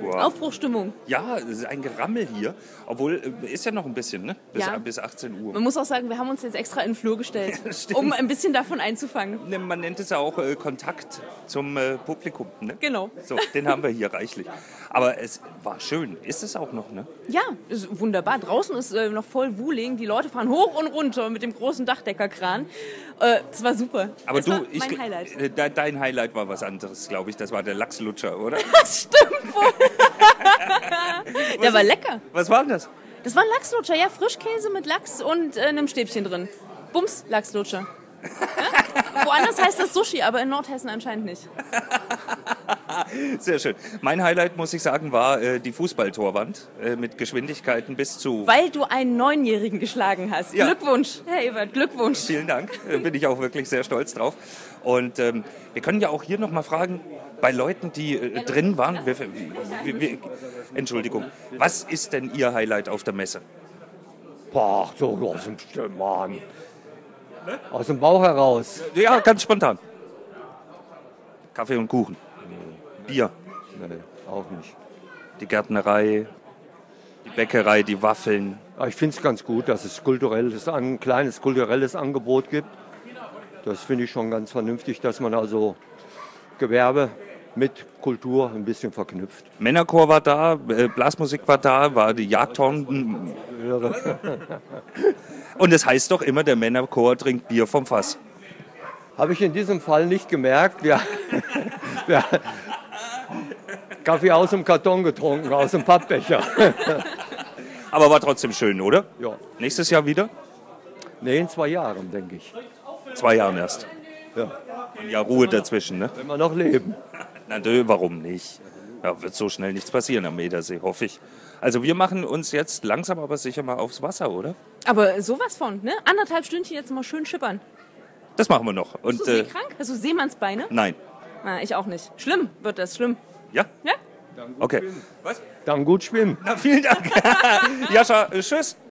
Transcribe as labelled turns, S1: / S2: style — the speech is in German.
S1: Februar.
S2: Aufbruchstimmung.
S1: Ja, es ist ein Gerammel hier. Obwohl, äh, ist ja noch ein bisschen, ne? Bis,
S2: Ja.
S1: bis 18 Uhr.
S2: Man muss auch sagen, wir haben uns jetzt extra in den Flur gestellt,
S1: stimmt.
S2: um ein bisschen davon einzufangen.
S1: Ne, Man nennt es ja auch äh, Kontakt zum äh, Publikum. Ne?
S2: Genau.
S1: So, den haben wir hier reichlich. Aber es war schön. Ist es auch noch, ne?
S2: Ja, ist wunderbar. Draußen ist äh, noch voll Wuling. Die Leute fahren hoch und runter mit dem großen Dachdeckerkran. Äh, das war super.
S1: Aber
S2: das
S1: du,
S2: war
S1: ich,
S2: mein Highlight.
S1: äh, de- dein Highlight war was anderes, glaube ich. Das war der Lachslutscher, oder?
S2: Das stimmt wohl. Der war lecker.
S1: was war denn das?
S2: Das war ein Lachslutscher, ja, Frischkäse mit Lachs und äh, einem Stäbchen drin. Bums, Lachslutscher. Ja? Woanders heißt das Sushi, aber in Nordhessen anscheinend nicht.
S1: Sehr schön. Mein Highlight, muss ich sagen, war äh, die Fußballtorwand äh, mit Geschwindigkeiten bis zu.
S2: Weil du einen Neunjährigen geschlagen hast.
S1: Ja.
S2: Glückwunsch, Herr Ebert, Glückwunsch.
S1: Vielen Dank. Da bin ich auch wirklich sehr stolz drauf. Und ähm, wir können ja auch hier nochmal fragen, bei Leuten, die äh, drin waren. Wir, wir, wir, Entschuldigung. Was ist denn Ihr Highlight auf der Messe?
S3: Boah, so aus dem St- Mann. Aus dem Bauch heraus.
S1: Ja, ganz spontan. Kaffee und Kuchen. Bier.
S3: Nee, auch nicht.
S1: Die Gärtnerei. Die Bäckerei, die Waffeln.
S3: Aber ich finde es ganz gut, dass es kulturelles, an- ein kleines kulturelles Angebot gibt. Das finde ich schon ganz vernünftig, dass man also Gewerbe mit Kultur ein bisschen verknüpft.
S1: Männerchor war da, äh, Blasmusik war da, war die Jagdhorn. Und es heißt doch immer, der Männerchor trinkt Bier vom Fass.
S3: Habe ich in diesem Fall nicht gemerkt. Wir, wir Kaffee aus dem Karton getrunken, aus dem Pappbecher.
S1: Aber war trotzdem schön, oder?
S3: Ja.
S1: Nächstes Jahr wieder?
S3: Nee, in zwei Jahren, denke ich.
S1: Zwei Jahren erst.
S3: Ja.
S1: Ein Jahr Ruhe dazwischen, ne?
S3: Wenn wir noch leben.
S1: Na nö, warum nicht? Da wird so schnell nichts passieren am Edersee, hoffe ich. Also wir machen uns jetzt langsam aber sicher mal aufs Wasser, oder?
S2: Aber sowas von, ne? Anderthalb Stündchen jetzt mal schön schippern.
S1: Das machen wir noch. Und
S2: Bist du
S1: äh,
S2: seekrank? Hast du Seemannsbeine?
S1: nein.
S2: Na, ich auch nicht. Schlimm wird das, schlimm.
S1: Ja?
S2: Ja?
S1: Okay. Was?
S3: Dann gut schwimmen.
S1: Na, vielen Dank. Jascha, äh, tschüss.